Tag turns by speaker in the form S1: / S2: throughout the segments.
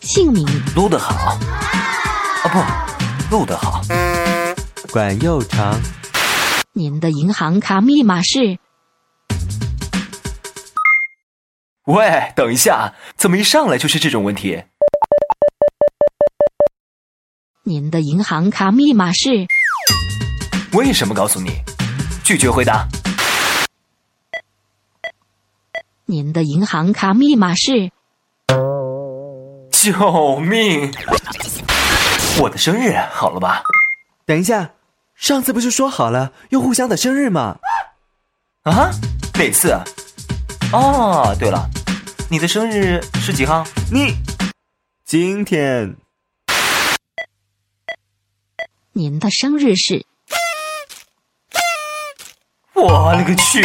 S1: 姓名。
S2: 录得好，啊不，录得好。
S3: 管又长，
S1: 您的银行卡密码是
S2: 喂，等一下，怎么一上来就是这种问题？
S1: 您的银行卡密码是
S2: 为什么告诉你？拒绝回答。
S1: 您的银行卡密码是
S2: 救命！我的生日好了吧？
S3: 等一下，上次不是说好了要互相的生日吗？
S2: 啊？哪次啊？哦，对了，你的生日是几号？
S3: 你今天
S1: 您的生日是
S2: 我勒个去！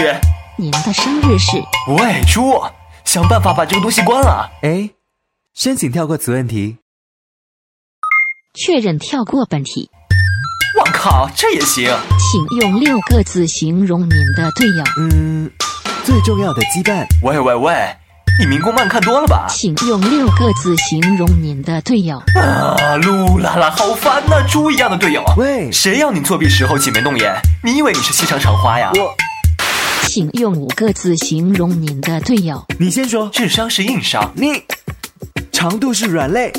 S1: 您的生日是
S2: 喂，猪，想办法把这个东西关了。
S3: 哎，申请跳过此问题。
S1: 确认跳过本题，
S2: 我靠，这也行？
S1: 请用六个字形容您的队友，
S3: 嗯，最重要的羁绊，
S2: 喂喂喂，你民工漫看多了吧？
S1: 请用六个字形容您的队友。
S2: 啊，噜啦啦，好烦呐、猪一样的队友。啊
S3: 喂
S2: 谁让你作弊时候挤眉弄眼？你以为你是西厂厂花呀？
S3: 我
S1: 请用五个字形容您的队友。
S3: 你先说。
S2: 智商是硬伤，
S3: 你长度是软肋，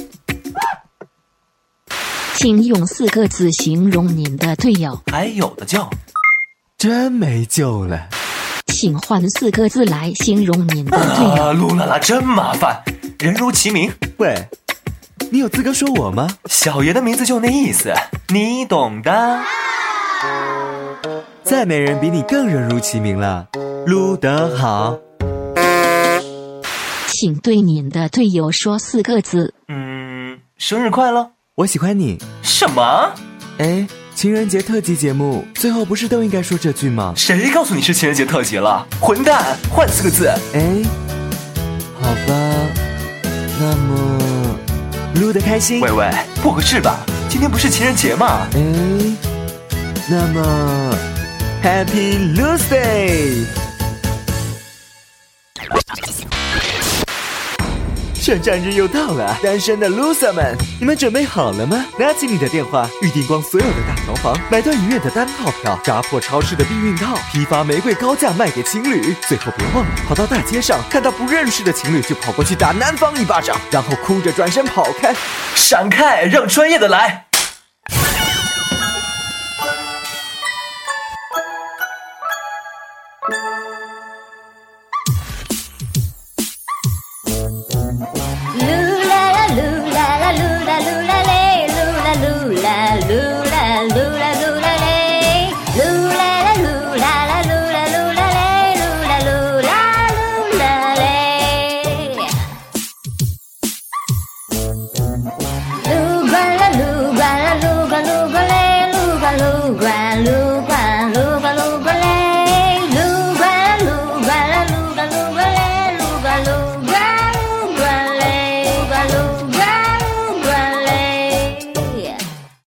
S1: 请用四个字形容您的队友。
S2: 还哎有的叫。
S3: 真没救了。
S1: 请换四个字来形容您的队友。
S2: 啊，噜啦啦，真麻烦。人如其名，
S3: 喂，你有资格说我吗？
S2: 小爷的名字就那意思，你懂的。
S3: 再没人比你更人如其名了。撸得好，
S1: 请对您的队友说四个字。
S2: 嗯，生日快乐。
S3: 我喜欢你。
S2: 什么？
S3: 哎，情人节特辑节目最后不是都应该说这句吗？
S2: 谁告诉你是情人节特辑了？混蛋，换四个字。
S3: 哎，好吧，那么撸得开心
S2: 喂。喂，不合适吧？今天不是情人节吗？
S3: 哎，那么 Happy Lose Day。圣战日又到了，单身的 loser 们，你们准备好了吗？拿起你的电话，预订光所有的大床房，买断影院的单套票，扎破超市的避孕套，批发玫瑰高价卖给情侣。最后别忘了跑到大街上，看到不认识的情侣就跑过去打男方一巴掌，然后哭着转身跑开。
S2: 闪开，让专业的来。